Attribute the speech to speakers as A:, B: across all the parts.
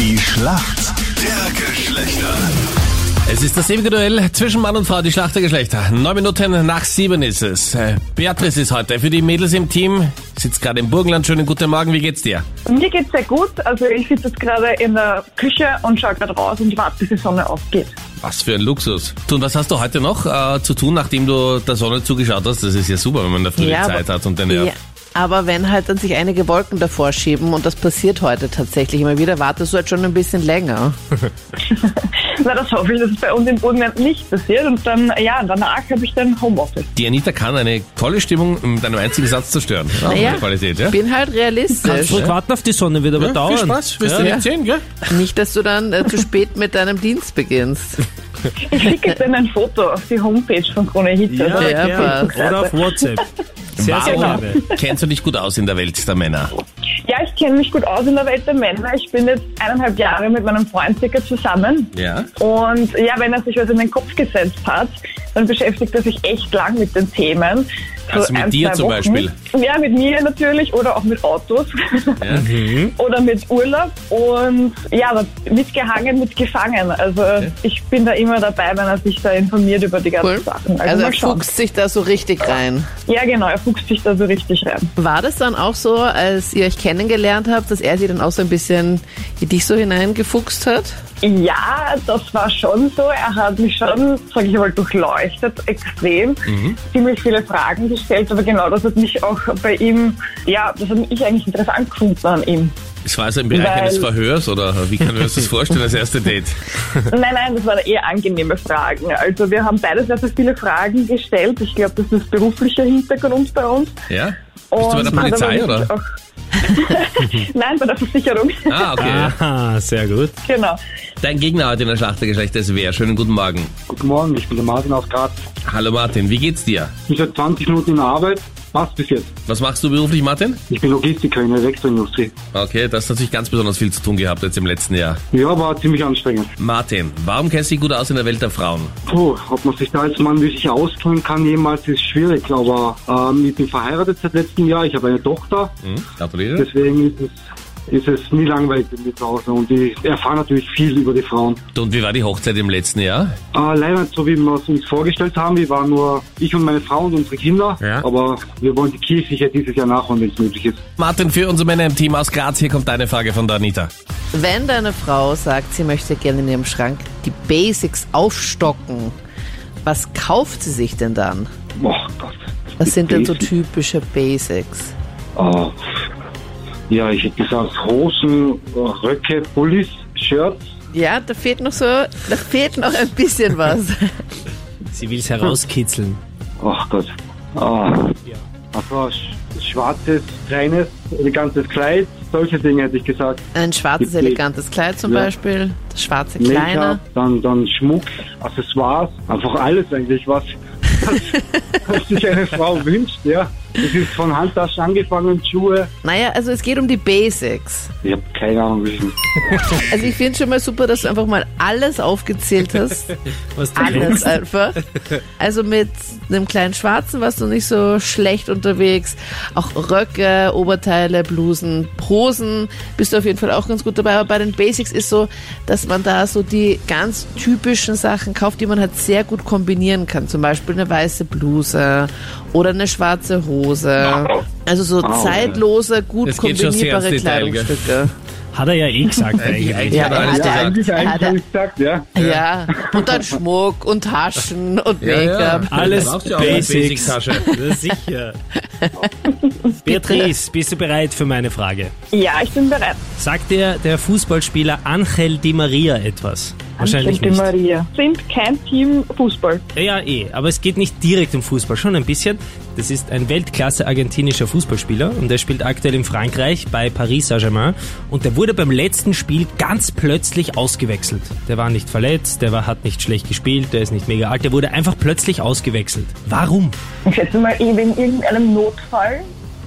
A: Schlacht der Geschlechter.
B: Es ist das ewige Duell zwischen Mann und Frau, die Schlacht der Geschlechter. Neun Minuten nach sieben ist es. Äh, Beatrice ist heute für die Mädels im Team. Sitzt gerade im Burgenland. Schönen guten Morgen, wie geht's dir?
C: Mir geht's sehr gut. Also ich sitze jetzt gerade in der Küche und schaue gerade raus und warte, bis die Sonne aufgeht.
B: Was für ein Luxus. Du, und was hast du heute noch äh, zu tun, nachdem du der Sonne zugeschaut hast? Das ist ja super, wenn man da früh
D: Ja, aber-
B: Zeit hat und den Nerv.
D: Ja, aber wenn halt dann sich einige Wolken davor schieben und das passiert heute tatsächlich immer wieder, wartest du halt schon ein bisschen länger.
C: Na, das hoffe ich, dass es bei uns im Burgenland nicht passiert. Und dann, ja, danach habe ich dann Homeoffice.
B: Die Anita kann eine tolle Stimmung mit einem einzigen Satz zerstören. Auch
D: Naja.
B: eine Qualität, ja?
D: Bin halt realistisch.
E: Kannst ruhig warten auf die Sonne, wird aber dauern.
B: wirst
E: ja.
B: du nicht sehen, gell?
D: Nicht, dass du dann äh, zu spät mit deinem Dienst beginnst.
C: Ich schicke jetzt dann ein Foto auf die Homepage von Krone Hitze.
E: Ja,
C: Also,
D: Ja,
E: ja.
D: passt.
E: Oder auf WhatsApp. Sehr, sehr
B: Warum
E: gerne.
B: kennst du dich gut aus in der Welt der Männer?
C: ja, ich kenne mich gut aus in der Welt der Männer. Ich bin jetzt eineinhalb Jahre mit meinem Freund circa zusammen.
B: Ja.
C: Und ja, wenn er sich was in den Kopf gesetzt hat, dann beschäftigt er sich echt lang mit den Themen. So
B: Also mit dir
C: zwei
B: zum Beispiel?
C: Ja, mit mir natürlich oder auch mit Autos
B: Ja.
E: Mhm.
C: oder mit Urlaub und ja, aber mitgehangen, mitgefangen. Also ich bin da immer dabei, wenn er sich da informiert über die ganzen
D: Cool.
C: Sachen. Also,
D: Also
C: mal
D: er
C: schauen.
D: fuchst sich da so richtig rein.
C: Ja, genau, er fuchst sich da so richtig rein.
D: War das dann auch so, als ihr euch kennengelernt habt, dass er sie dann auch so ein bisschen in dich so hineingefuchst hat?
C: Ja, das war schon so. Er hat mich schon, sage ich mal, durchleuchtet, extrem.
D: Mhm.
C: Ziemlich viele Fragen gestellt, aber genau das hat mich auch bei ihm, ja, das hat mich eigentlich interessant gefunden an ihm.
B: Es war also im Bereich
C: Weil-
B: eines Verhörs oder wie können wir uns das vorstellen, das erste Date?
D: Hm.
C: Nein, nein, das waren eher angenehme Fragen. Also wir haben beide sehr, sehr viele Fragen gestellt. Ich glaube, das ist beruflicher Hintergrund bei uns.
B: Ja? Bist du bei der
C: Und hat aber
B: Polizei
C: wirklich
B: oder?
C: auch- Nein, bei der Versicherung.
B: Ah, okay.
E: Aha, sehr gut.
C: genau.
B: Dein Gegner heute in der Schlacht der Geschlechter ist wer? Schönen guten Morgen.
F: Guten Morgen, ich bin der Martin aus Graz.
B: Hallo Martin, wie geht's dir?
F: Ich bin seit 20 Minuten in der Arbeit. Passt bis jetzt.
B: Was machst du beruflich, Martin?
F: Ich bin Logistiker in der Elektroindustrie.
B: Okay, das hat natürlich ganz besonders viel zu tun gehabt jetzt im letzten Jahr.
F: Ja, war ziemlich anstrengend.
B: Martin, warum kennst du dich gut aus in der Welt der Frauen?
F: Puh, ob man sich da als Mann wirklich auskennen kann jemals, ist schwierig. Aber ähm, ich bin verheiratet seit letztem Jahr. Ich habe eine Tochter.
B: Hm? Gratuliere.
F: Deswegen ist es, ist es nie langweilig mit mir zu Hause. Und ich erfahre natürlich viel über die Frauen.
B: Und wie war die Hochzeit im letzten Jahr?
F: Äh, leider nicht so, wie wir es uns vorgestellt haben. Wir waren nur ich und meine Frau und unsere Kinder.
E: Ja.
F: Aber wir wollen die Kirche sicher dieses Jahr nachholen, wenn es möglich ist.
B: Martin, für unsere Männer im Team aus Graz, hier kommt deine Frage von Danita.
D: Wenn deine Frau sagt, sie möchte gerne in ihrem Schrank die Basics aufstocken, was kauft sie sich denn dann?
F: Oh Gott.
D: Was sind denn so
F: Basic.
D: typische Basics?
F: Ah, ja, ich hätte gesagt Hosen, Röcke, Pullis, Shirts.
D: Ja, da fehlt noch so, da fehlt noch ein bisschen was.
E: Sie will es herauskitzeln.
F: Ach Gott. Ah, also sch- schwarzes, reines, elegantes Kleid. Solche Dinge hätte ich gesagt.
D: Ein schwarzes,
F: Gibt's nicht.
D: elegantes Kleid zum
F: Ja.
D: Beispiel, das schwarze Kleiner.
F: Make-up, dann, dann Schmuck, Accessoires, einfach alles eigentlich, was, was, was sich eine Frau wünscht, ja. Es ist von Handtaschen angefangen, Schuhe.
D: Naja, also es geht um die Basics.
F: Ich habe keine Ahnung, wie ich
D: Also ich finde schon mal super, dass du einfach mal alles aufgezählt hast.
E: Was du
D: Alles
E: willst.
D: einfach. Also mit einem kleinen Schwarzen warst du nicht so schlecht unterwegs. Auch Röcke, Oberteile, Blusen, Hosen bist du auf jeden Fall auch ganz gut dabei. Aber bei den Basics ist so, dass man da so die ganz typischen Sachen kauft, die man halt sehr gut kombinieren kann. Zum Beispiel eine weiße Bluse oder eine schwarze Hose. Also so
F: Au.
D: zeitlose, gut
B: Das geht schon sehr
D: kombinierbare
B: ins Detail, gell?
D: Kleidungsstücke.
E: Hat er ja eh gesagt
B: Eigentlich
E: eigentlich.
D: Ja,
B: hat er alles
D: ja,
B: gesagt.
F: Eigentlich,
D: Ah,
F: eigentlich
D: da-
F: habe ich gesagt, ja.
D: Ja, und dann Schmuck und Taschen und
B: Ja, ja.
D: Make-up.
E: Alles
B: Du brauchst ja auch eine
E: Basics.
B: Basic-Tasche.
E: Ja, sicher. Beatrice, bist du bereit für meine Frage?
C: Ja, ich bin bereit.
E: Sagt dir der Fußballspieler Angel Di Maria etwas?
C: Angel
E: Wahrscheinlich
C: Di
E: nicht.
C: Maria. Sind kein Team Fußball.
E: Ja, eh. Aber es geht nicht direkt um Fußball, schon ein bisschen. Das ist ein Weltklasse argentinischer Fußballspieler und der spielt aktuell in Frankreich bei Paris Saint-Germain. Und der wurde beim letzten Spiel ganz plötzlich ausgewechselt. Der war nicht verletzt, der war, hat nicht schlecht gespielt, der ist nicht mega alt, der wurde einfach plötzlich ausgewechselt. Warum?
C: Ich schätze mal, eh wegen irgendeinem Notfall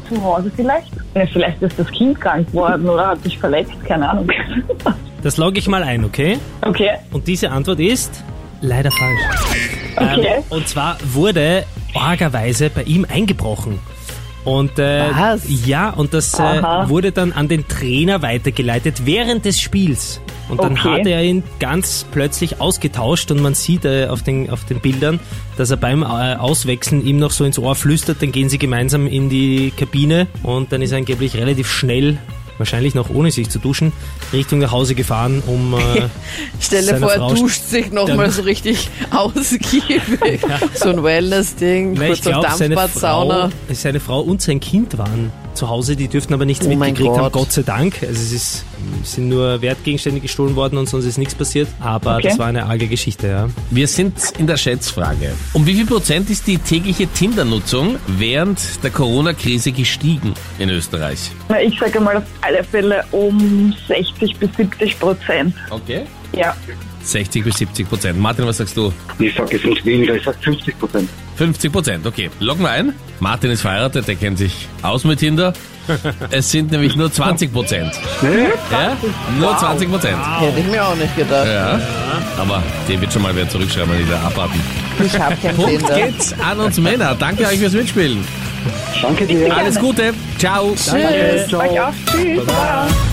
C: zu Hause vielleicht. Ne, vielleicht ist das Kind krank worden oder hat sich verletzt, keine Ahnung.
E: Das logge ich mal ein, okay?
C: okay,
E: Und diese Antwort ist leider falsch. Ähm,
C: Okay.
E: und zwar wurde argerweise bei ihm eingebrochen. Und äh,
D: Was?
E: ja, und das äh,
C: Aha.
E: wurde dann an den Trainer weitergeleitet während des Spiels. Und dann
C: Okay.
E: hat er ihn ganz plötzlich ausgetauscht und man sieht äh, auf, den, auf den Bildern, dass er beim äh, Auswechseln ihm noch so ins Ohr flüstert, dann gehen sie gemeinsam in die Kabine und dann ist er angeblich relativ schnell, wahrscheinlich noch ohne sich zu duschen, Richtung nach Hause gefahren, um... Äh,
D: Stell dir
E: Seiner
D: vor,
E: Frau
D: er duscht sich nochmal so richtig ausgiebig. So ein Wellness-Ding,
E: Na, ich
D: kurz auf
E: glaube, seine, Frau-
D: Dampfbadsauna.
E: seine Frau und sein Kind waren zu Hause, die dürften aber nichts
D: Oh mein
E: mitgekriegt haben,
D: Gott.
E: Gott sei Dank. Also es ist, es sind nur Wertgegenstände gestohlen worden und sonst ist nichts passiert. Aber
C: Okay.
E: das war eine arge Geschichte, ja.
B: Wir sind in der Schätzfrage. Um wie viel Prozent ist die tägliche Tinder-Nutzung während der Corona-Krise gestiegen in Österreich?
C: Na, ich sage mal auf alle Fälle um 60 bis 70 Prozent.
B: Okay.
C: Ja.
B: 60 bis 70 Prozent. Martin, was sagst du?
F: Ich sag, es sind weniger, ich sag 50 Prozent.
B: 50 Prozent, okay. Loggen wir ein. Martin ist verheiratet, der kennt sich aus mit Tinder. Es sind nämlich nur 20 Prozent. Ja? Nur 20 Prozent.
D: Hätte ich mir auch nicht gedacht.
B: Ja. Aber den wird schon mal wer zurückschreiben, wenn ich da abarten.
D: Ich habe kein
B: Punkt
D: Tinder.
B: geht's an uns Männer. Danke euch fürs Mitspielen.
F: Danke dir.
B: Alles Gute. Ciao.
D: Tschüss.
B: Oh.
C: Euch auch. Tschüss. Baba.